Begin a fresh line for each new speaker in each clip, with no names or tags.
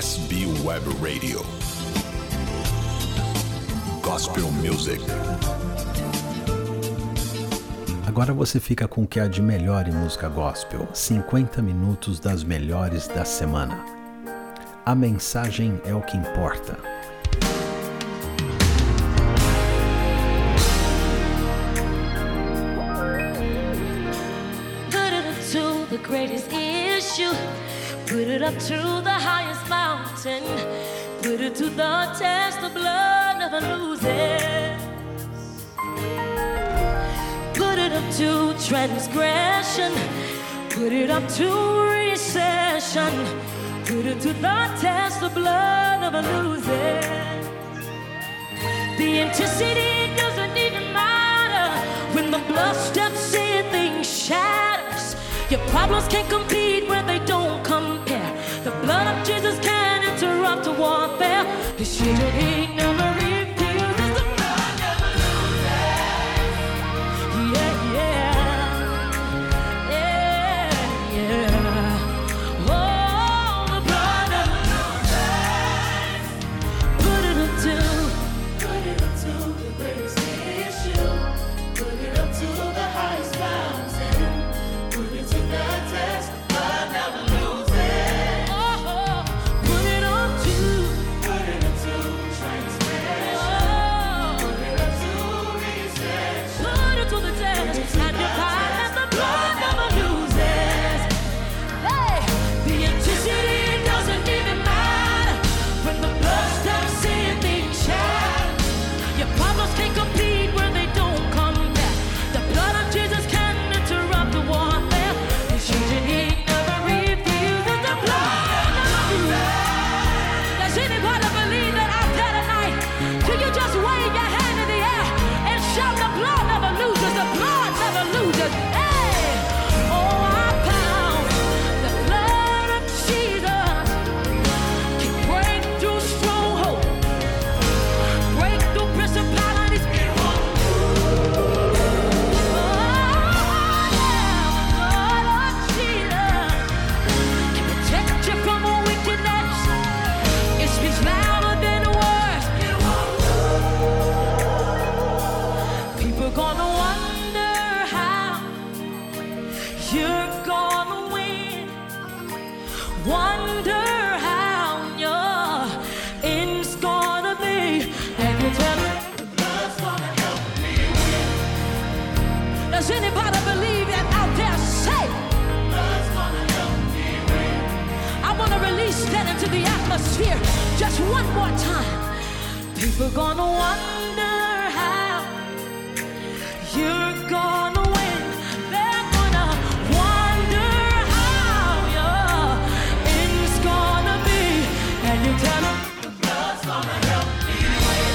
SB Web Radio. Gospel Music.
Agora você fica com o que há de melhor em música gospel: 50 minutos das melhores da semana. A mensagem é o que importa.
Put it up to the greatest issue. Put it up to the highest mountain. Put it to the test. The blood never loses. Put it up to transgression. Put it up to recession. Put it to the test. The blood never loses. The intensity doesn't even matter when the blood steps in, things shatters. Your problems can't compete where they don't compare. The blood of Jesus can interrupt warfare. The shit that he never refuses, the blood never loses. Yeah, yeah, yeah, yeah. Oh, the blood never loses. Put it up to Put it up to the greatest issue. Put it up to the highest mountain. Put it to the test, but never lose it. Oh, put it up to. Put it up to transgression. Put it up to recession. Put it to the test, and your pride and the blood never loses. Hey, the intensity doesn't even matter when the blood steps in the shadows. Your problems can't compete where they don't compare. The blood of Jesus can interrupt the warfare. It's changing, he never refuses the blood. Never refuses. Does anybody believe that I'm there tonight? Can you just wave your hand in the air and shout the blood never loses? The blood never loses. Hey, oh, I pound the blood of Jesus can break through strongholds. Break through principalities. Oh, It won't move. Oh, yeah, the blood of Jesus can protect you from all wickedness. It speaks louder than words. It won't move. People gonna wonder how you're gonna win. Wonder how your end's gonna be. And you tell me the blood's gonna help me win. Does anybody believe that out there? Say. Blood's gonna help me win. I wanna release that into the atmosphere just one more time. People gonna wonder how you're gonna win. They're gonna wonder how your end's gonna be. And you tell them the blood's gonna help me win.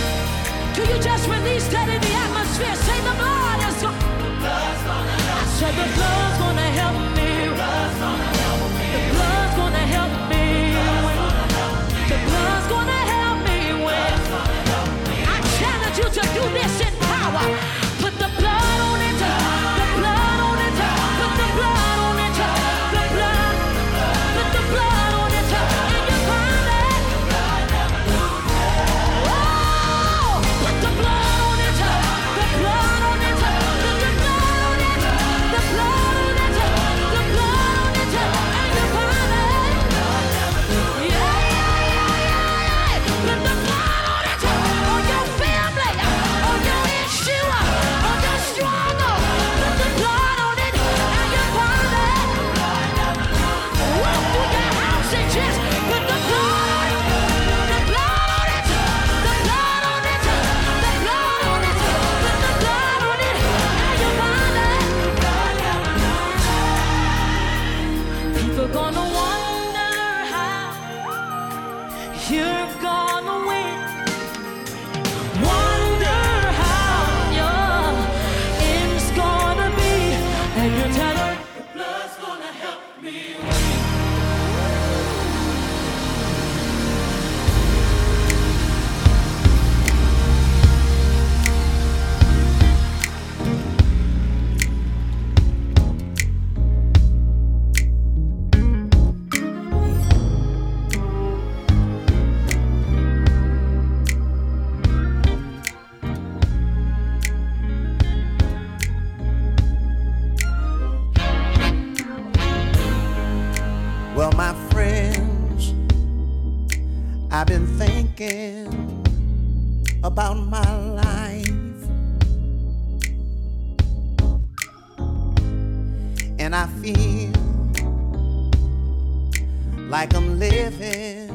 Can you just release that in the atmosphere? Say the blood is gonna. The blood's gonna help. I said the blood's gonna help me. The blood's gonna help me. The blood's gonna help me. The blood's gonna help me win. I challenge you to do this in power. Put the blood on it. The blood on it. Put the blood on it. The blood. Put the blood on it. And you find it. Oh, put the blood on it. The blood on it. Put the blood on it. The blood on it. The blood on it. And you find it. Yeah, yeah, yeah, yeah, yeah. Put the blood on it. On your family. On your issue. On your struggle. Put the blood on it. And you find it. Walk through your house and just put the blood on it. The blood on it. The blood on it. The blood on it. Put the blood on it. And you find it. People gonna wonder how you're gonna win. Wonder how your end's gonna be. And you tell her the blood's gonna help me win.
friends. I've been thinking about my life. And I feel like I'm living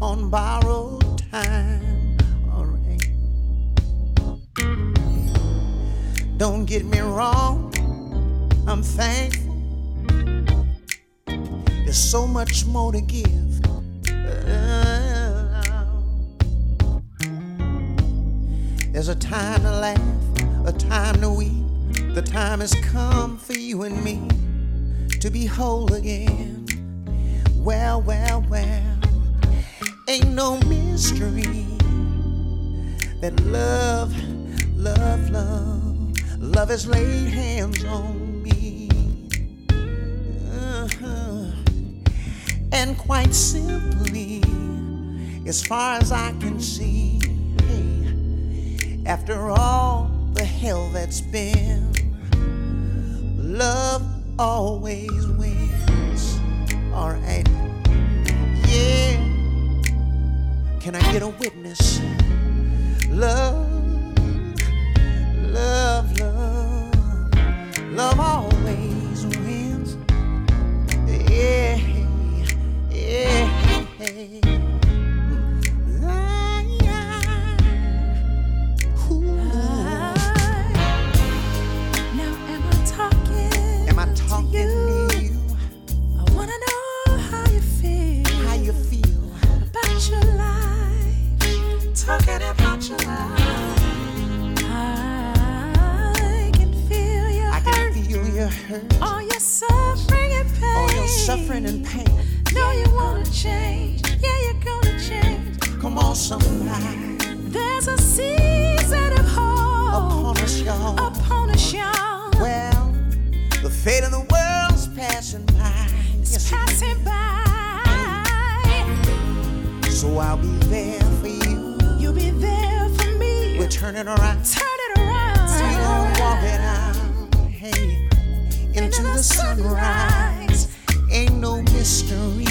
on borrowed time. All right. Don't get me wrong, I'm thankful. There's so much more to give. There's a time to laugh, a time to weep. The time has come for you and me to be whole again. Well, well, well, ain't no mystery that love, love, love, love has laid hands on me. Uh-huh. And quite simply, as far as I can see, hey, after all the hell that's been, love always wins. Alright. Yeah. Can I get a witness? Love, love, love, love always wins. Yeah, yeah, Ah, yeah. Ooh.
Now am I talking?
Am I talking to you?
I wanna know how you feel
How you feel?
about your life. Talking about your life. I can feel your
I can
hurt,
feel your hurt,
all your suffering and pain.
all your suffering and pain.
No, you wanna change. Yeah, you're gonna change.
Come on, somebody,
There's a season of hope
upon us, y'all.
upon us, y'all.
Well, the fate of the world's passing by.
It's
Yes, it
passing by.
is. So I'll be there for you.
You'll be there for me.
We're turning around.
Turn it around.
We are walking out, hey, into the sunrise. Ain't no mystery.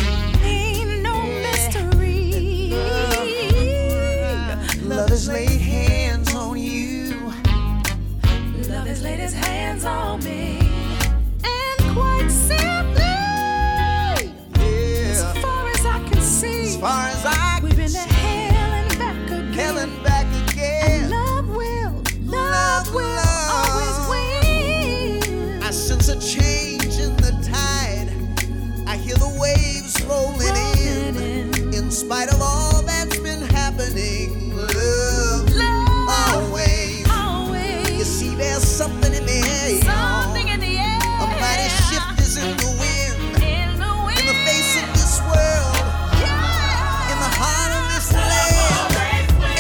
Ain't no mystery.
Love has laid hands on you.
Love has laid his hands on me. And quite simply, as
Yeah.
far as I can
As
see,
far as I
we've
can
been to
see,
hell and back again.
hell and back again.
Love will,
Love,
love will
love.
always win.
I sense a change in the tide. I hear the waves rolling
Rolling
in.
in.
In spite of all that's been happening, love
Love
always. You
always
see, there's something in the air. y'all.
something in the air.
A mighty shift is in the wind.
in the wind.
In the face of this world,
Yeah.
in the heart of this land,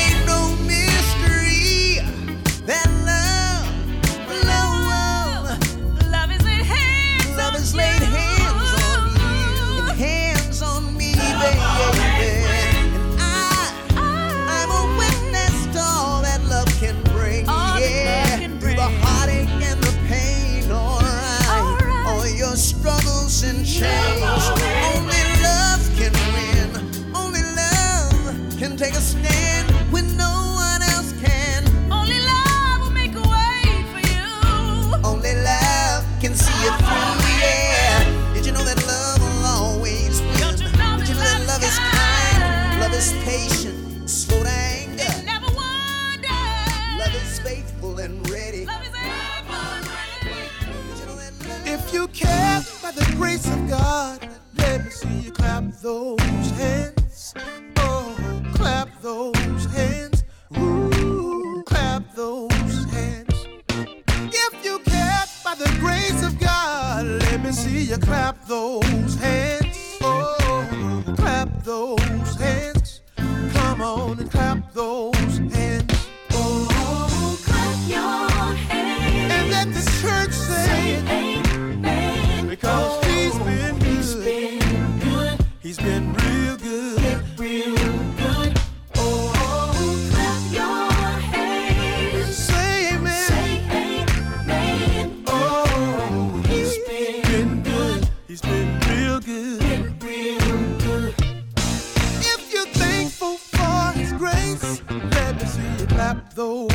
ain't no mystery that love, love,
Love is in hands.
love, love has laid hands on you. hands on me, baby. And I, I'm a witness to all that love can bring.
All that
yeah,
love can
through the
bring.
heartache and the pain, alright.
All right.
All your struggles and change.
always
Only love can win. Only love can take a stand when no one else can.
Only love will make a way for you.
Only love can see it through. Yeah. Did you know that love will always win?
Don't you know
Did you
that
know that
love
love
is
is kind?
kind?
Love is patient, slow to anger.
And never wonder.
Love is faithful and ready.
Love is able.
If you care by the grace of God, let me see you clap those hands. Oh, clap those hands. Ooh, clap those hands. If you care by the grace of God, let me see you clap those hands. Oh, clap those hands. Come on and clap those hands. Oh, clap
Your hands.
and let the church say it. Because he's been good. He's been good. He's been real good. real good. Oh, say amen. Oh, he's been good. He's been real good.
Oh,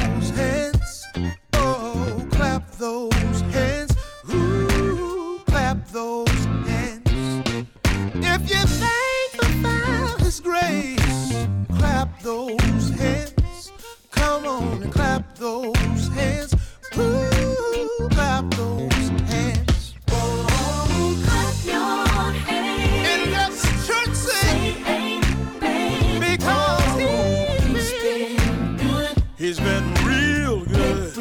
those hands. Come on and clap those hands. Ooh, clap those hands. And let's church sing because he's been good. He's been real good.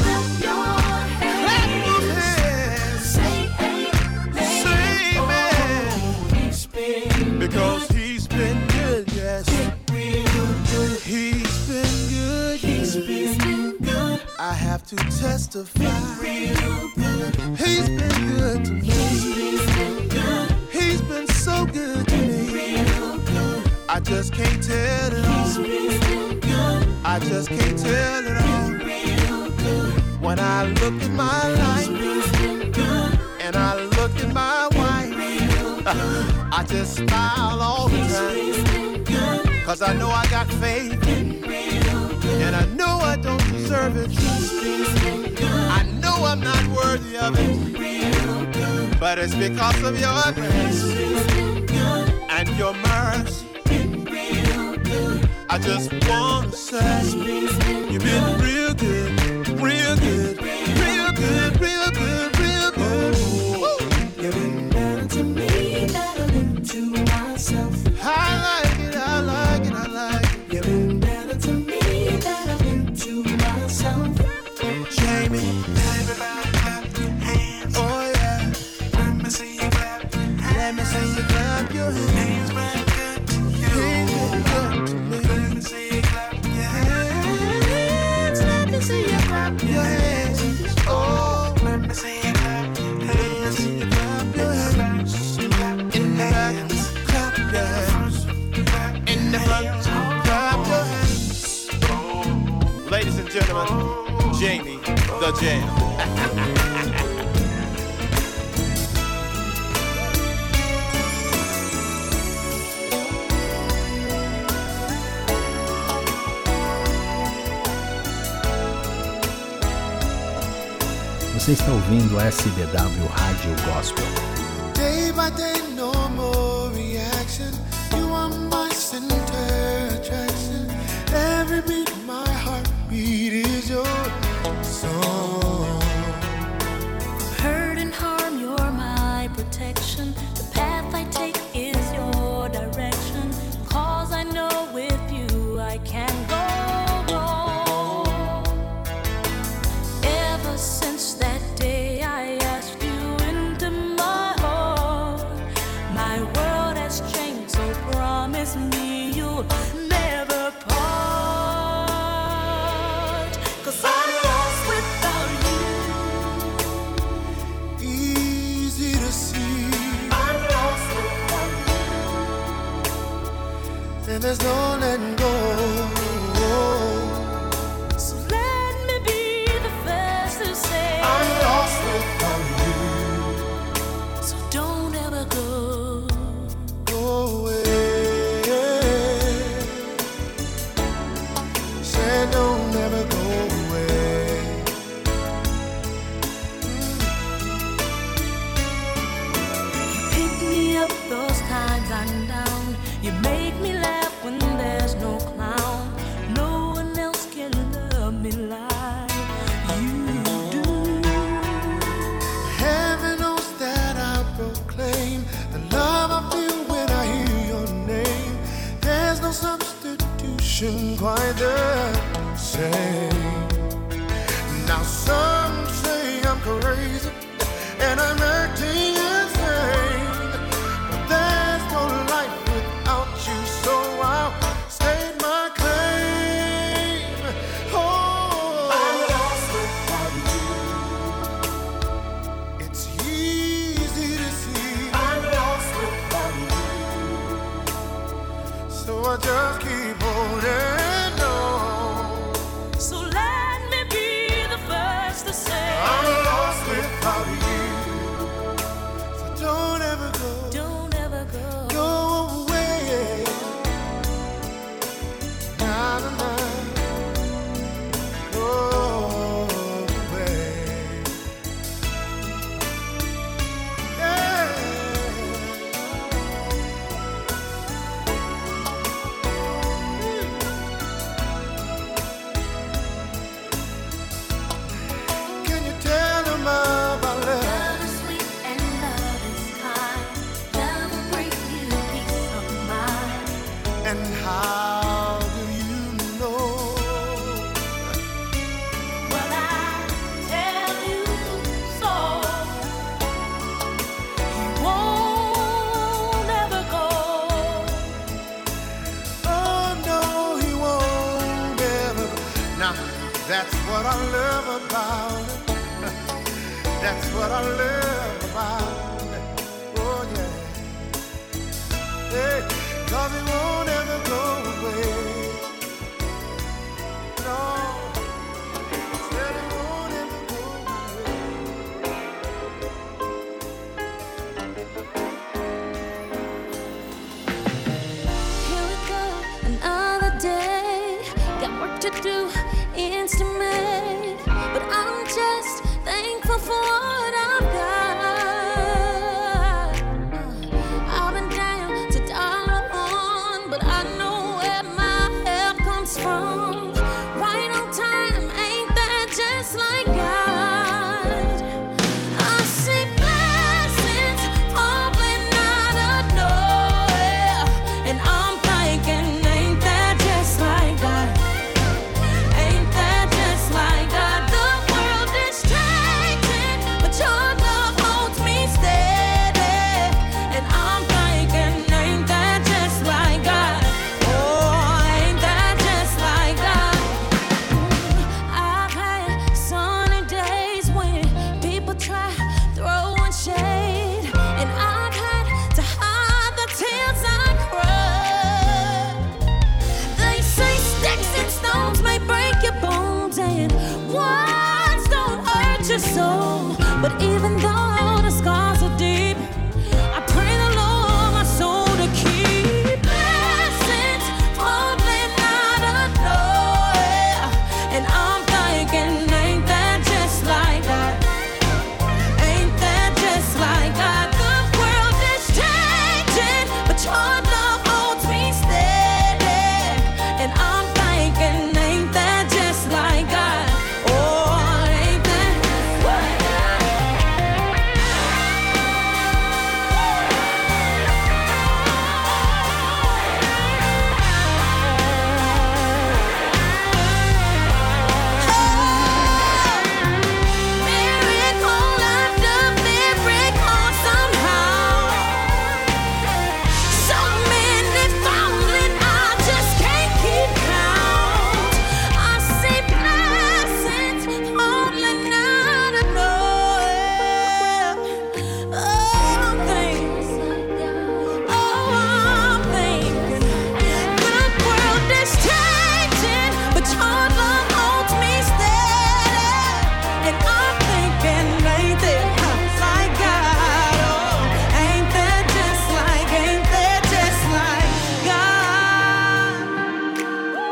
Clap those hands. Say amen. Because he's been good, yes. He's been good. He's been good. I have to testify. He's been good to me. He's been so good to me. I just can't tell it all. I just can't tell it all. When I look at my life and I look at my wife, I just smile all the time. Cause I know I got faith. And I know I don't deserve it. I know I'm not worthy of it. But it's because of your grace and your mercy. I just wanna say you've been real good, real good, real good, real good, real good. Woo! I like it, I like it, I like it. Jamie. Oh yeah. Let me see you clap your hands. He's been good to me. Your hands. Let me see you clap your hands. Oh, let me see you clap your hands. Clap your hands. In the back, clap your hands. In the front, clap your hands. Ladies and gentlemen, Jamie, the jam.
Você está ouvindo a SBW Rádio Gospel.
Day by day, no more reaction. You are my center attraction. Every beat, my heartbeat is your song.
Hurt and harm, you're my protection. The path I take is your direction. Cause I know with you I can go wrong. Ever since that day I asked you into my heart, my world has changed, so promise me you'll never part. Cause I'm lost without you.
Easy to see,
I'm lost without
and there's no letting go.
you. So let me be the first to say.
I'm lost without
So don't ever go.
your way. Said don't ever go away.
Pick me up those times I'm down. You make me laugh when there's no clown. No one else can love me like you do.
Heaven knows that I proclaim the love I feel when I hear your name. There's no substitution quite the same. Now some say I'm crazy and I'm acting insane. But there's no life without you, so I'll state my claim. Oh, it's easy to see. I'm lost without you. So I just keep holding on.
So let me be the first to say.
I'm lost without you. Oh.
Oh, That's what I live about. Oh yeah. Hey, love it won't ever go away. No, said it won't ever go away.
Here we go, another day. Got work to do, ends to make. But I'm just thankful for what I've got. I've been down to dollar one, but I know where my help comes from. Right on time, ain't that just like God? I see blessings falling out of nowhere, and I'm thinking, ain't that just like God? Ain't that just like God? The world is changing, but Your love holds me steady, and I'm thinking, ain't that just like God? Oh, ain't that just like God? I've had sunny days when people try throwing shade, and I've had to hide the tears I cried. They say sticks and stones may break your bones, and words don't hurt your soul. But even though the scars are deep, I pray the Lord my soul to keep. Blessings falling out of nowhere, and I'm thinking, ain't that just like that? Ain't that just like God? The world is changing, but Your love holds me steady. And I'm thinking, ain't that just like God? Oh, ain't that just like God? Miracle after miracle, somehow. So many falling, I just can't keep count. I see blessings falling out of nowhere. Oh, things, oh, I'm thinking. The world is changing, but your love holds me steady. And I'm thinking, ain't that just like God? Oh, ain't that just like, ain't that just like God?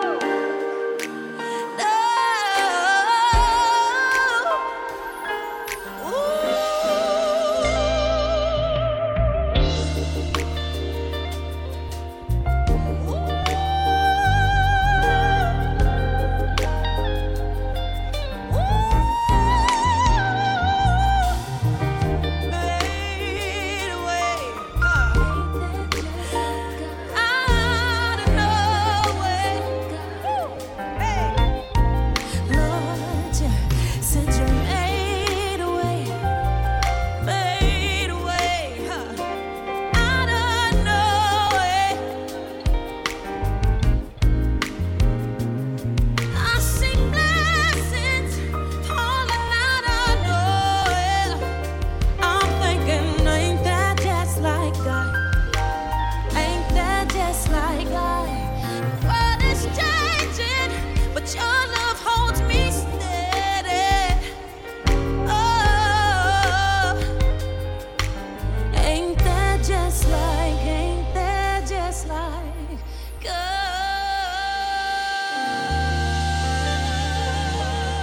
I see blessings falling out of nowhere. I'm thinking, ain't that just like God? Ain't that just like God? World is changing, but Your love holds me steady. Oh, ain't that just like? Ain't that just like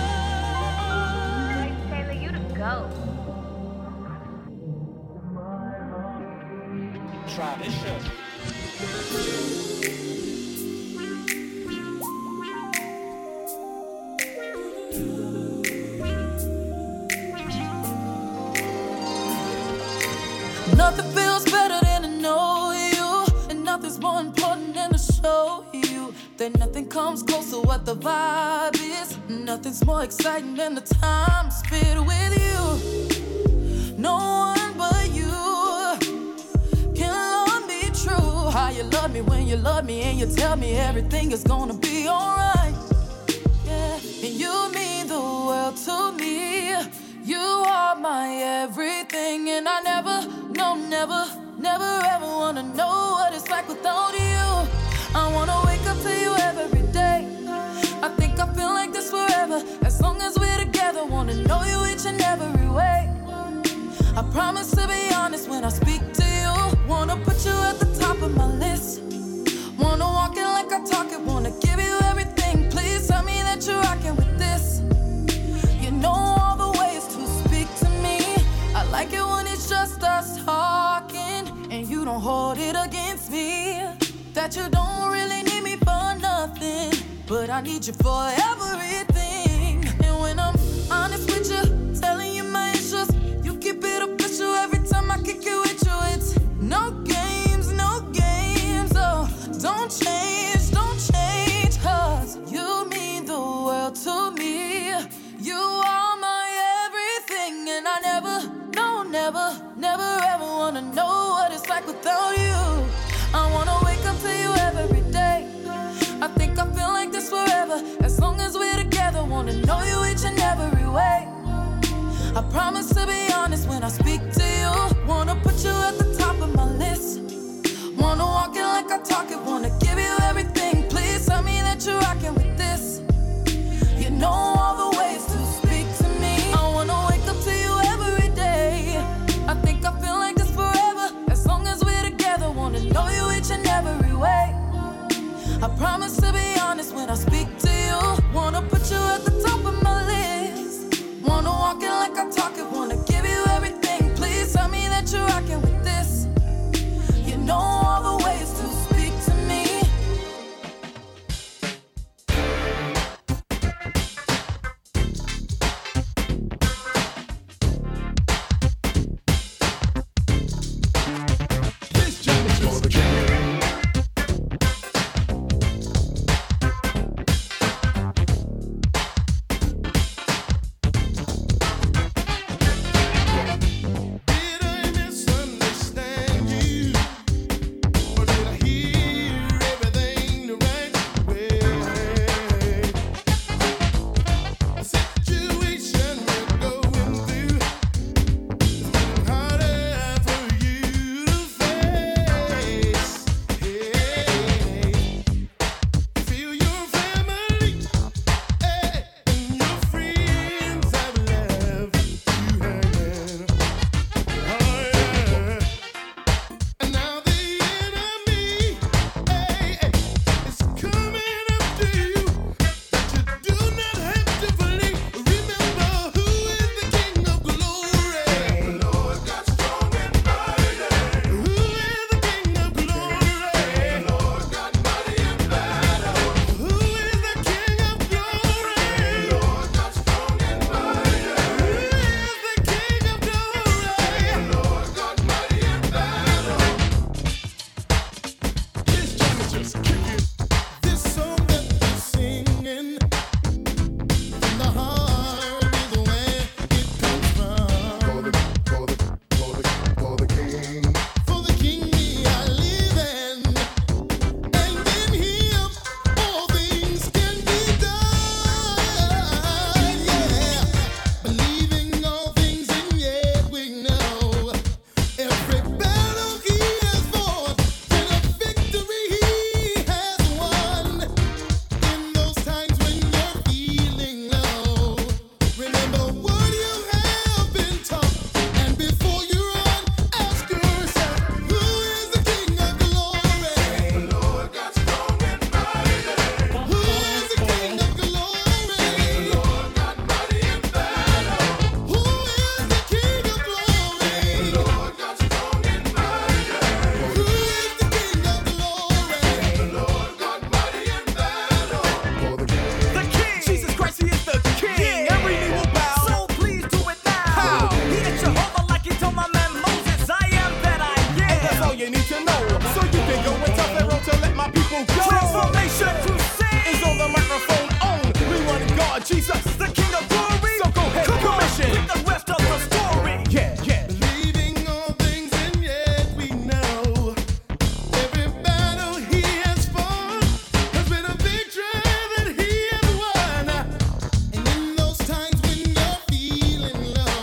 God?
Nice, Taylor, you to go.
Nothing feels better than to know you, and nothing's more important than to show you that nothing comes close to what the vibe is. Nothing's more exciting than the time spent with you. No one but you can love me true. How you love me when you love me, and you tell me everything is gonna be alright. Yeah, and you mean the world to me. You are my everything, and I never, no, never, never ever wanna know what it's like without you. I wanna wake up to you every day. I think I feel like this forever. As long as we're together, wanna know you each and every way. I promise to be honest when I speak to you. Wanna put you at the top of my list. Wanna walk it like I talk it. Wanna give you everything. Please tell me that you're rocking with this. You know all the ways to speak to me. I like it when it's just us talking, and you don't hold it against me. That you don't really need me for nothing, but I need you for everything. And when I'm honest with you, telling you my issues, you keep it up with you every time I kick it with you. It's no games, no games. Oh, don't change, don't change, cause you mean the world to me. You are my everything, and I never, no, never, never ever wanna know what it's like without you. I wanna wake up to you every day. I think I feel like this forever. As long as we're together, wanna know you each and every way. I promise to be honest when I speak to you. Wanna put you at the top of my list. Wanna walk it like I talk it. Wanna give you everything. Please tell me that you're rocking with this. You know all the ways to speak to me. I wanna wake up to you every day. I think I feel like this forever. As long as we're together, wanna know you each and every way. I promise to be honest when I speak to you. Wanna put you at the top of my list. Wanna walk it like I talk it. Wanna give you everything. Please tell me that you're rocking with this. You know all the ways to speak to me.
Did I misunderstand you, or did I hear everything the right way? The situation we're going through is getting harder for you to face. Feel your family and your friends have left you and now the enemy is coming after you. you do not have to believe. Remember who is the King of Glory? The Lord God strong and mighty. Who is the King of Glory? The Lord God mighty in battle. Who is the King of Glory? The Lord God strong and mighty. Who is the King of Glory? The Lord God mighty in battle. This jam is just kicking. This song that we're singing from the heart is where it comes from. For the King we are living, and in Him all things can be done. Yeah, believing all things, and yet we know. Every battle he has fought, and a victory he has won. In those times when you're feeling low, remember what you have been taught. And before you run, ask yourself, who is the King of Glory? The Lord God strong and mighty. Who is the King of Glory? The Lord God mighty in battle. Who is the King of Glory? The Lord God strong and mighty. Who is the King of Glory? The Lord God mighty in battle.
The King. Jesus Christ, He is the King. Every knee will bow. So please do it now. How? He is Jehovah, like He told my man Moses. I am that I am. And that's all you need to know. So you can go and tell Pharaoh to let my people go. Transformation crusade is on the microphone on. We want God, Jesus, the King of glory. So go ahead, Come on, commission. read the rest of the story. Yeah, yeah.
Leaving all things and yet we know every battle he has fought has been a victory that he has won. And in those times when you're feeling low,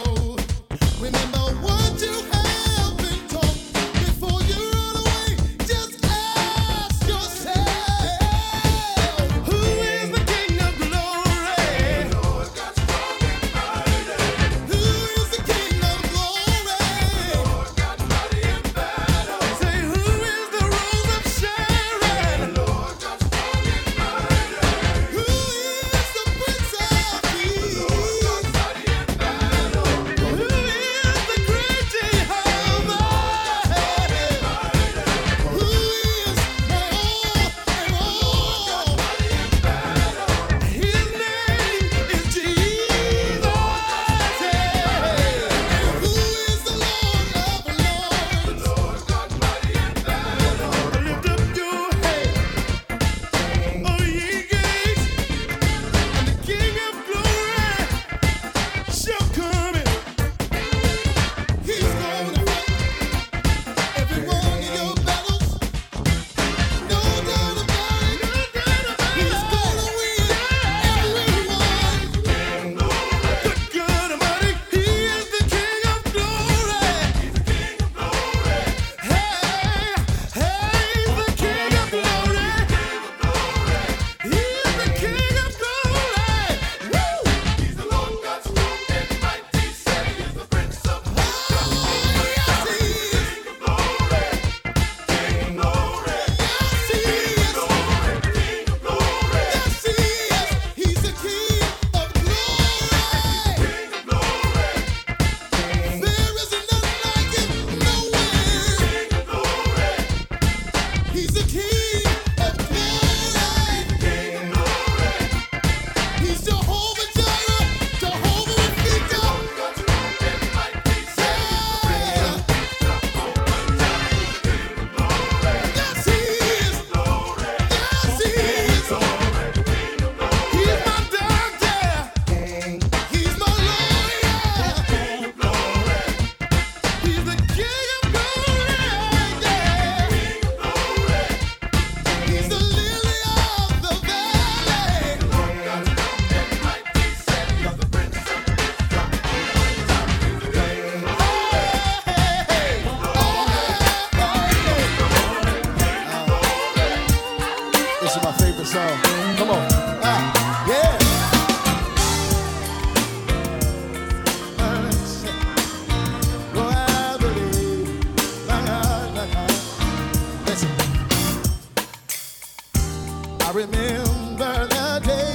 Ah, remember the day.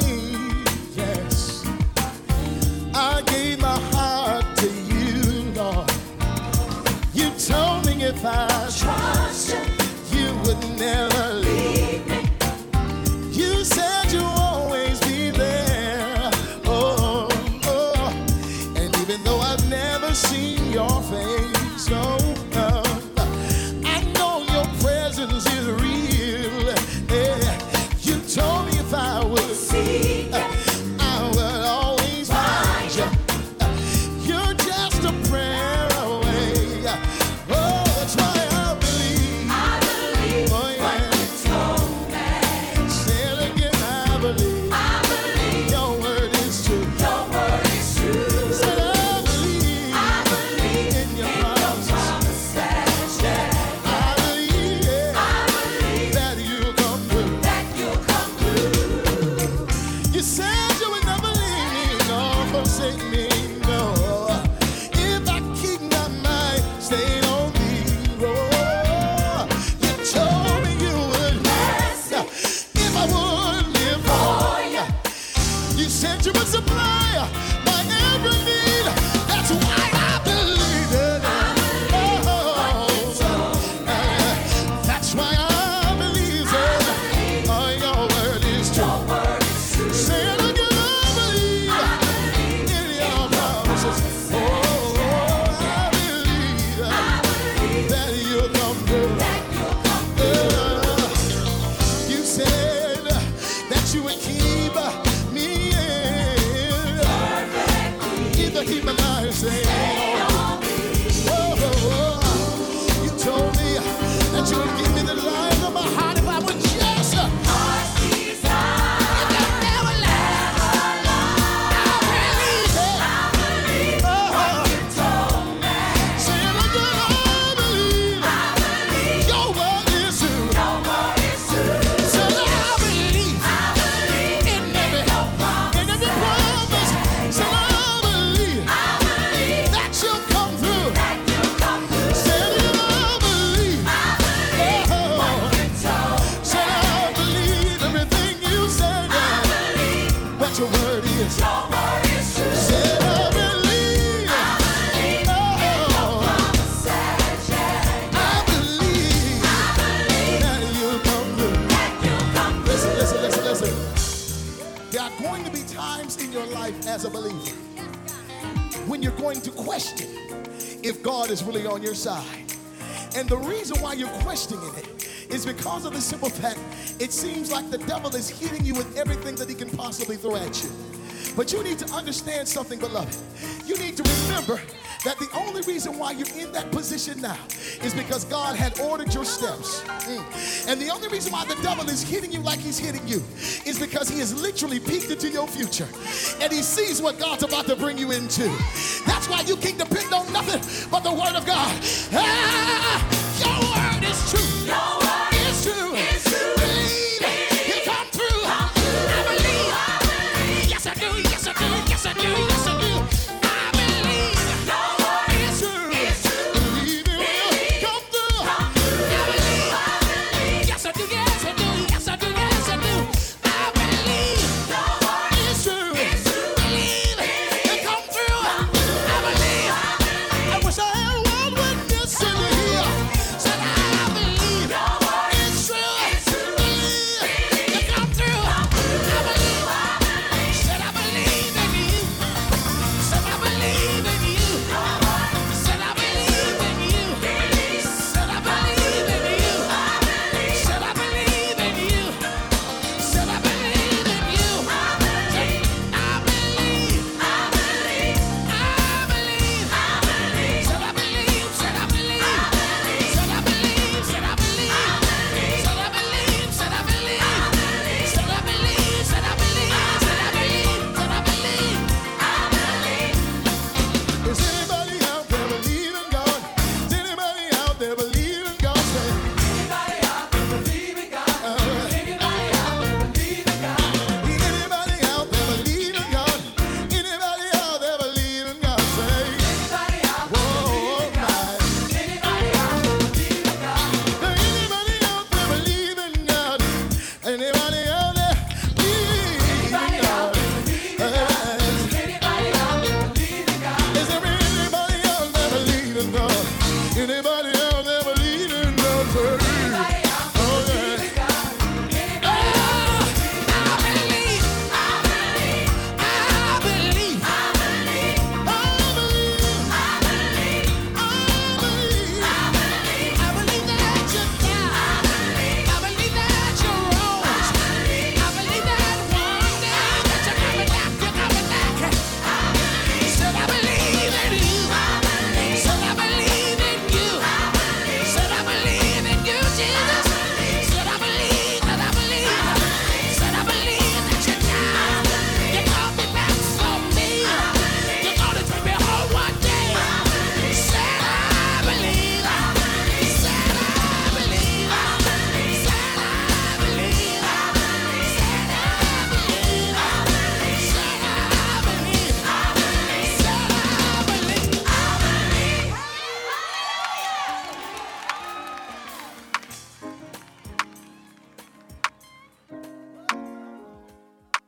Yes. I gave my heart to you, Lord. You told me if I trust you, you would never leave me. You said you'll always be there. Oh, oh. And even though I've never seen your face, oh, no, I know your presence is real. Yeah. You told me if I would see, I would always find you. You're just a prayer away. Oh, that's why I believe. I believe oh, yeah. Say it again, I believe. I believe. Your word is true. Said I believe. I believe in your promise. I believe. I believe that you'll come through. You said you would never leave me nor forsake me. No, if I keep my mind stayed on you, oh, you told me you would. If I would live for you, you said you would supply my every need. That's why I believe it. Oh, uh, that's why I believe it. Oh, your word is true. Say it again, I believe in your promises. Oh, I believe that you'll come through. You said that you would keep me in. Keep the keep my mind safe. Oh, oh, oh. You told me that you would give me the life of my heart if I would just. Your word is your word is true. Said I believe. I believe. That you'll come through. Listen, listen, listen, listen. There are going to be times in your life as a believer when you're going to question if God is really on your side. And the reason why you're questioning it is because of the simple fact it seems like the devil is hitting you with everything that he can possibly throw at you. But you need to understand something, beloved. You need to remember that the only reason why you're in that position now is because God had ordered your steps. Mm. And the only reason why the devil is hitting you like he's hitting you is because he has literally peeked into your future and he sees what God's about to bring you into. That's why you can't depend on nothing but the word of God. Ah, your word is true. Your word is true. Believe he'll come through. I believe. Yes, I do. Yes, I do. Yes, I do. Yes, I do. I believe. Your word is true. Believe it will come through. I believe. Yes, I do. Yes, I do. Yes, I do. Yes, I do. I believe. Your word is true. Believe it come through. I believe. I wish I had one witness in here Uh-huh."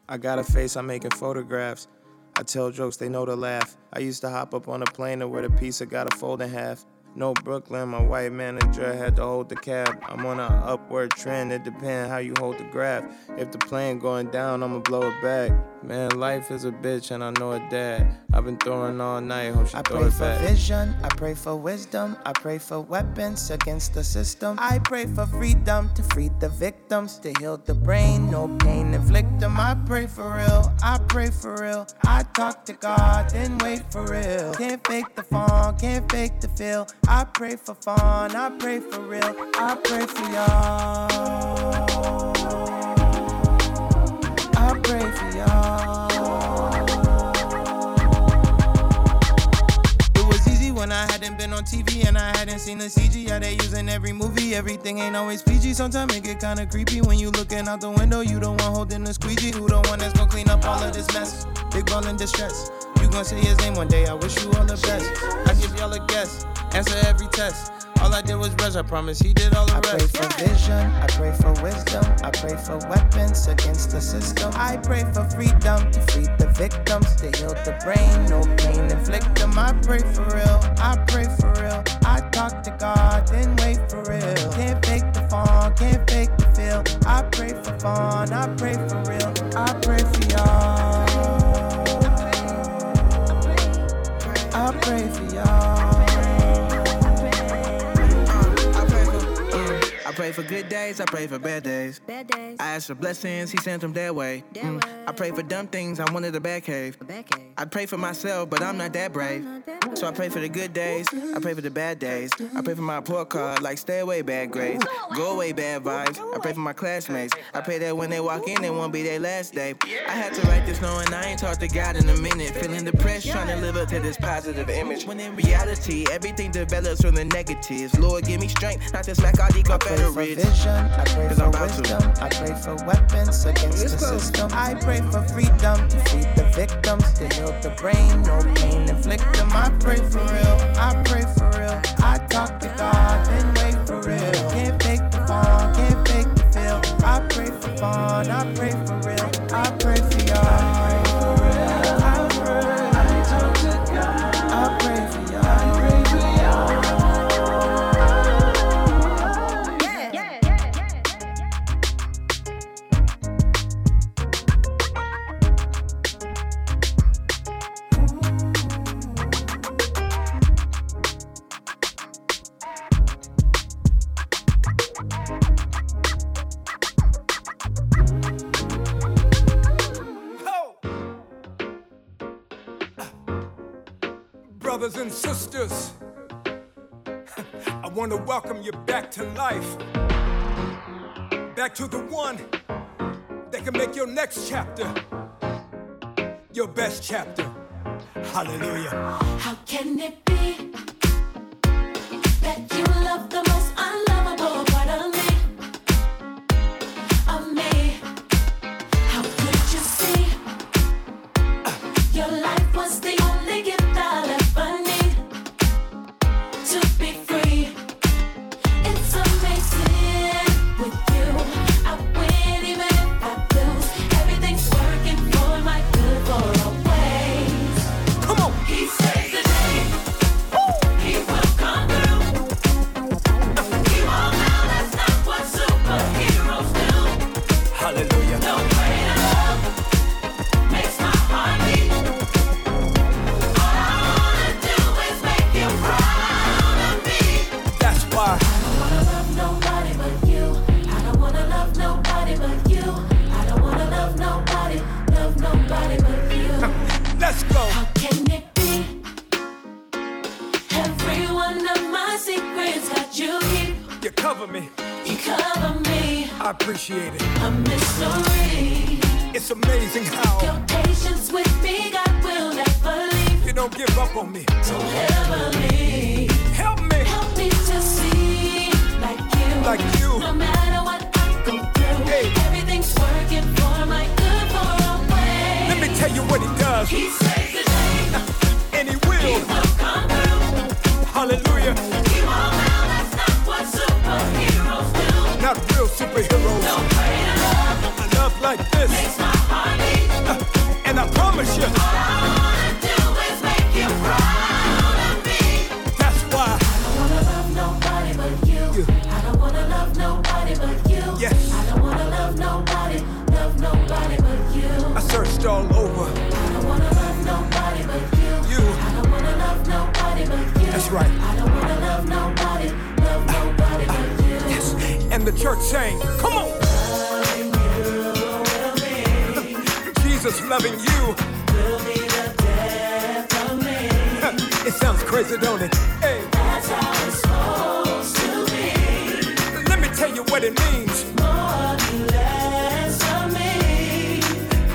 I got a face, I'm making photographs. I tell jokes, they know to laugh. I used to hop up on a plane to where the pizza got a fold in half. No Brooklyn, my white manager had to hold the cab. I'm on an upward trend, it depends how you hold the graph. If the plane going down, I'ma blow it back. Man, life is a bitch and I know it dad. I've been throwing all night, hope she
I
throw
pray
it
for
back.
vision, I pray for wisdom, I pray for weapons against the system. I pray for freedom to free the victims, to heal the brain, no pain inflict them. I pray for real, I pray for real. I talk to God, then wait for real. Can't fake the fawn, can't fake the feel. I pray for fun, I pray for real, I pray for y'all. I pray for y'all. It was easy when I hadn't been on TV and I hadn't seen the CGI they use in every movie. Everything ain't always PG. Sometimes it get kinda creepy when you looking out the window. You the one holding the squeegee. Who the one that's gonna clean up all of this mess? Big ball in distress. You gon' say his name one day. I wish you all the best. I give y'all a guess. Answer every test. All I did was rush. I promise he did all the rest. I pray for vision. I pray for wisdom. I pray for weapons against the system. I pray for freedom to free the victims, to heal the brain, no pain inflict them. I pray for real. I pray for real. I talk to God, then wait for real. Can't fake the fawn, can't fake the feel. I pray for fun. I pray for real. I pray for y'all. I pray for y'all.
I pray for, uh, I pray for good days, I pray for bad days.
Bad days.
I ask for blessings, he sent them that way.
That
Mm,
way.
I pray for dumb things, I wanted a bad cave.
Back ache.
I pray for myself, but I'm not that brave.
Not that
So I pray for the good days, I pray for the bad days. I pray for my report card, like stay away bad grades, go away bad vibes. I pray for my classmates. I pray that when they walk in, it won't be their last day. I had to write this knowing I ain't talked to God in a minute. Feeling depressed, trying to live up to this positive image. When in reality, everything develops from the negatives. Lord, give me strength, not to smack all these
pray for
Confederates.
vision, I pray
'Cause I'm
for
about to.
wisdom, I pray for weapons against the system. I pray for freedom to free the victims, to heal the brain, no pain inflict them. I pray for real, I pray for real. I talk to God, then wait for real. Can't fake the fun, can't fake the feel. I pray for fun, I pray for real. I pray for y'all. I pray for real. I pray for y'all. I pray for y'all.
yeah, yeah, yeah, yeah.
Brothers and sisters, I want to welcome you back to life. Back to the one that can make your next chapter your best chapter. Hallelujah.
How can it be that you love the most unlovable part of me? Of me. How could you see your life was the only gift I'll ever need to be free? It's amazing with you. I win even if I lose. Everything's working for my good for always.
Come on.
He saves the day. He will come through. He won't know that's not what superheroes do.
Hallelujah.
The way to love makes my heart beat. All I wanna do is make you proud of me.
That's
I
why
don't wanna love nobody but you. I don't wanna love nobody but you. I don't wanna love nobody, love nobody but you.
let's go.
How can it be? Every one of my secrets that you keep,
You cover me.
you cover me.
I appreciate it.
A mystery.
It's amazing how
Your patience with me, God will never leave.
you don't give up on me.
Don't ever leave.
Help me.
Help me to see like you.
Like you.
No matter what I go through,
Hey.
everything's working for my good for a way.
Let me tell you what he does,
He saves the day.
and he
He
will.
will come through.
Hallelujah.
He won't know that's not what superheroes do.
Not real superheroes.
Don't pray to love
A love like this
makes my heart beat.
all over.
I don't wanna love nobody but you.
You.
I don't wanna love nobody but you.
That's right.
I don't wanna love nobody, love nobody but you.
Yes. And the church saying, Come on. Jesus loving you. Huh, It sounds crazy, don't it? Hey. Let me tell you what it means.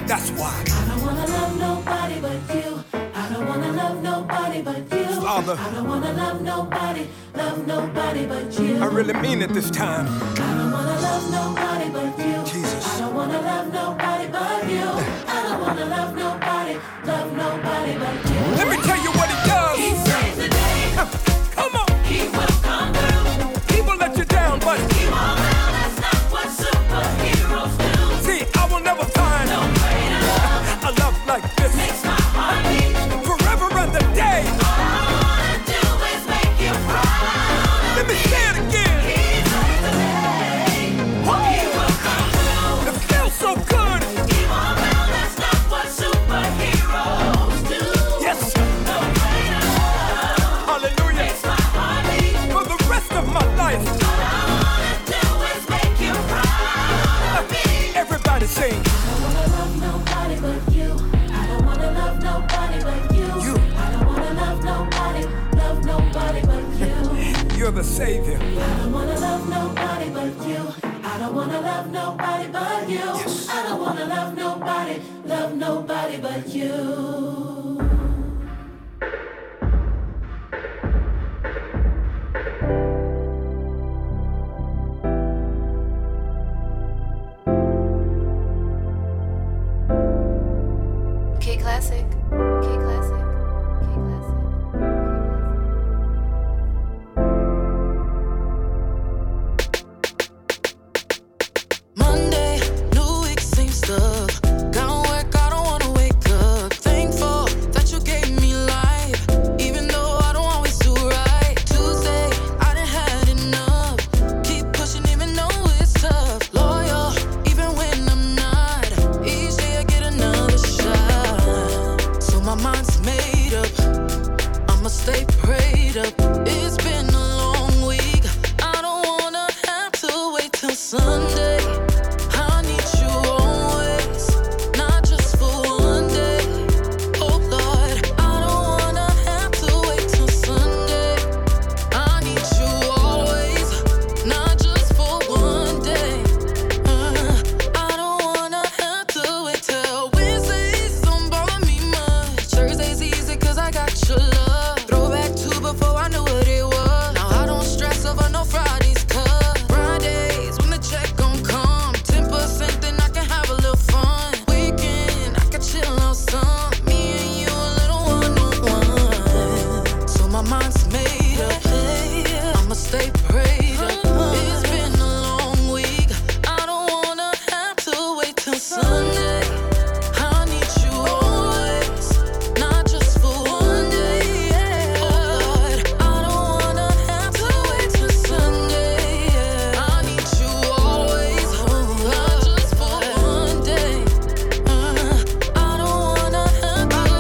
That's why.
I don't wanna love nobody but you. I don't wanna love nobody but you.
Father.
I don't wanna love nobody, love nobody but you.
I really mean it this time.
I don't wanna love nobody but you.
Jesus.
I don't wanna love nobody but you. I don't wanna love nobody, love nobody but you.
Let me tell you what it does.
He saves the day.
Huh, Come on.
He will come through.
He will let you down, but
He won't allow. That's not what superheroes do.
see, I will never find
No way to love
a love like this.
makes my heart beat.
Forever and the day.
All I wanna do is make you proud.
Let me say it
He
again.
saves the day. He will come through.
It feels so good.
He won't allow. That's not what superheroes do.
Yes.
No way to love
Hallelujah.
makes my heart beat.
For the rest of my life.
All I wanna do is make you proud of me.
Everybody sing.
I don't wanna love nobody but you. I don't wanna love nobody but you.
You.
I don't wanna love nobody, love nobody but you.
You're the savior.
I don't wanna love nobody but you. I don't wanna love nobody but you. I don't wanna love nobody, love nobody but you.
K Classic. K Classic. K Classic. K Classic.
Monday, new week, same stuff. Gotta work, I don't wanna wake up. Thankful that you gave me life, even though I don't always do right. Tuesday, I done had enough. Keep pushing, even though it's tough. Loyal, even when I'm not. Each day I get another shot. So my mind's made up. I'ma stay prayed up. It's been a long week. I don't wanna have to wait till Sunday. I need you always, not just for one day. Oh Lord, I don't wanna have to wait till Sunday. I need you always, not just for one day. Uh, I don't wanna have to wait till Wednesdays. Don't bother me much. Thursday's easy 'cause I got your love. Throwback to before I knew what it was. Now I don't stress over no Fridays 'cause Fridays when the check gon' come, ten percent then I can have a little fun. Weekend I can chill out some. Me and you a little one on one. So my mind's made up. I'ma stay prayed up. It's been a long week. I don't wanna have to wait till Sunday. I need you always, not just for one day. Oh Lord, I don't wanna have to wait till Sunday. I need you always, not just for one day. Uh, I don't wanna have to.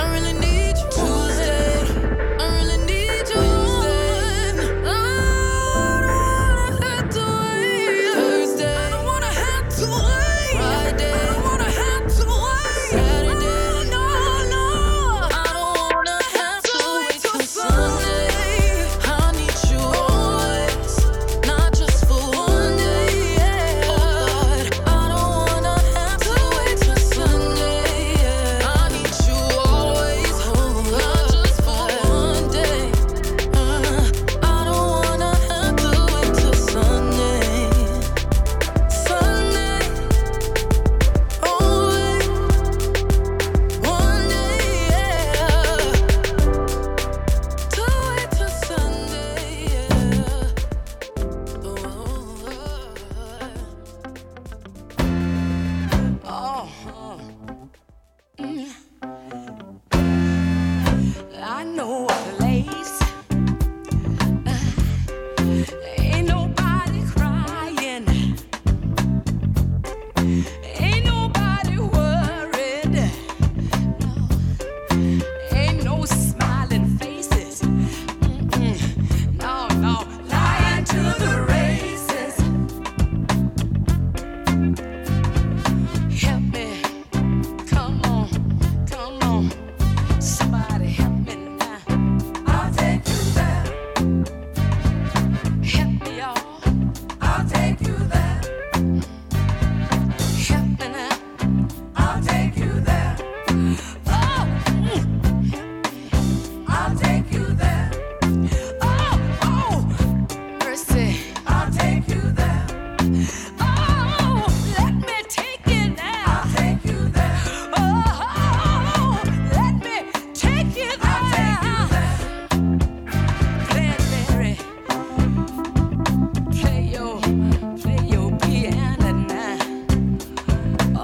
I really need you on Monday. I really need you Tuesday. I really need you. When I don't wanna have to wait. Thursday. I don't wanna have to wait. Friday. I don't wanna have to wait. Saturday. No, no. I don't wanna have to wait till Sunday. I need you always, not just for one day. Oh Lord, I don't wanna have to wait till Sunday. I need you always, not just for one day. Uh, I don't wanna have to wait till Sunday. Sunday, only one day. To wait till Oh, Sunday. Oh. I know a place. Uh, Ain't nobody crying. Ain't nobody
Oh. Oh, Oh, Oh,
Ah, oh,
Uh-uh. Oh, Oh, Oh,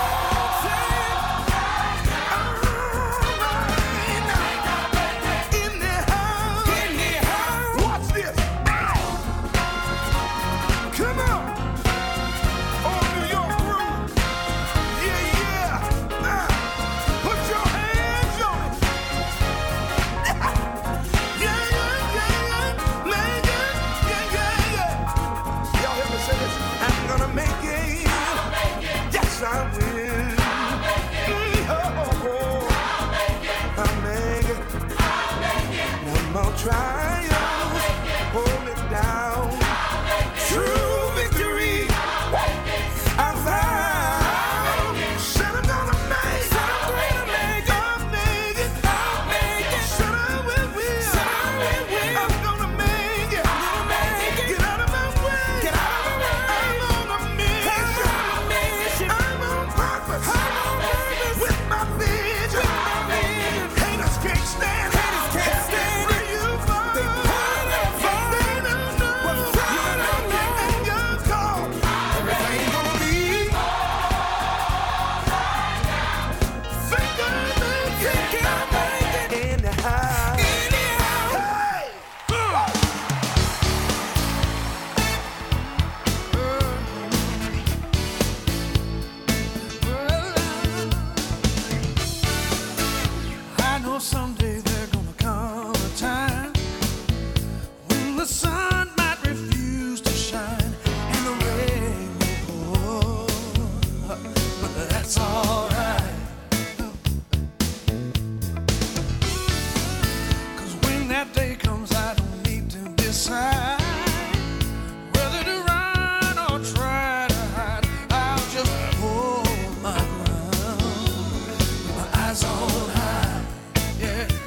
Oh, Oh, Oh, Uh, oh. Oh,
Uh-huh. uh,
Uh, Haters can't stand, haters can't stand you for. oh.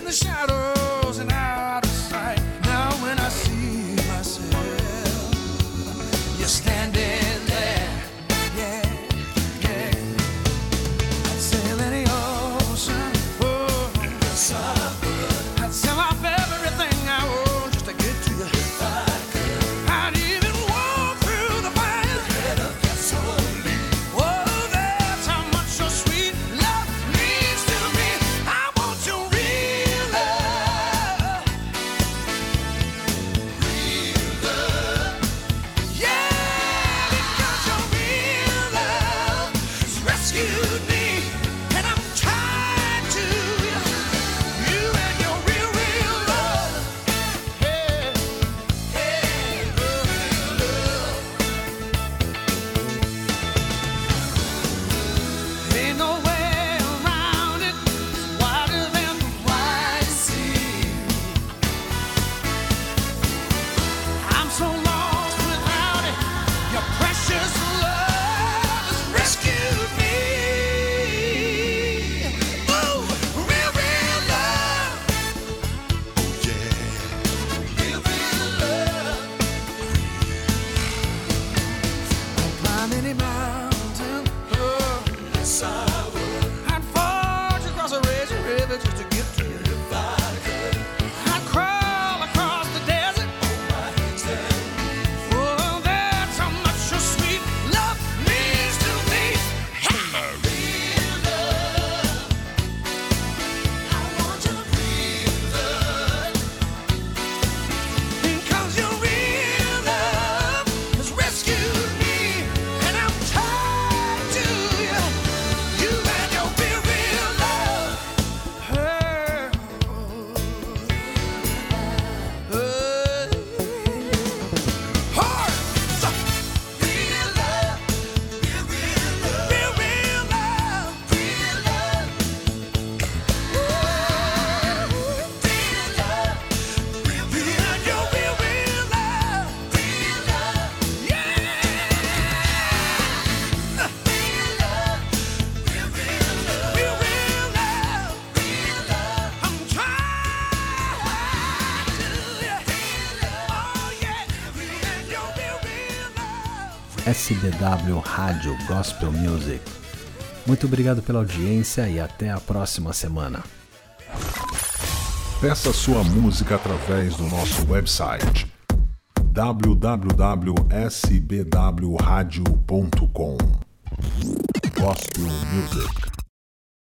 Oh, the shadows and out of sight. Now when I see myself, you're standing there. Yeah, yeah. I'd sail any ocean. Oh, yes, I would. I'd sell off everything I own just to get to you. I'd even walk through the fire. Oh, that's how much your sweet love means to me. I want your real love. Real love. Yeah, because your real love has rescued me. And I'm tied to you. You and your real, real love. Hey, hey, real love. Ain't no way around it. It's wider than the wide sea. I'm so lost without it. Your precious love has rescued me. Ooh, real, real love. Oh yeah, real, real love. I'd climb any mountain. Oh, yes, I would. I'd forge across a raging river just to get to you. If I could. I'd crawl across the desert. Hold my hands down. Oh, that's how much your sweet love means to me. Real love. I want your real love. Because your real love has rescued me, and I'm tied to you. You and your real, real love. Heart, real love, real, real love, real, real love, real love. Real love. Real, real, your real, real love, real love, yeah. Real love, real, real love, real, real love, real love. I'm trying to, oh yeah. Your real, real love.
SDW Rádio Gospel Music. Muito obrigado pela audiência e até a próxima semana.
Peça sua música através do nosso website www.sbwradio.com Gospel Music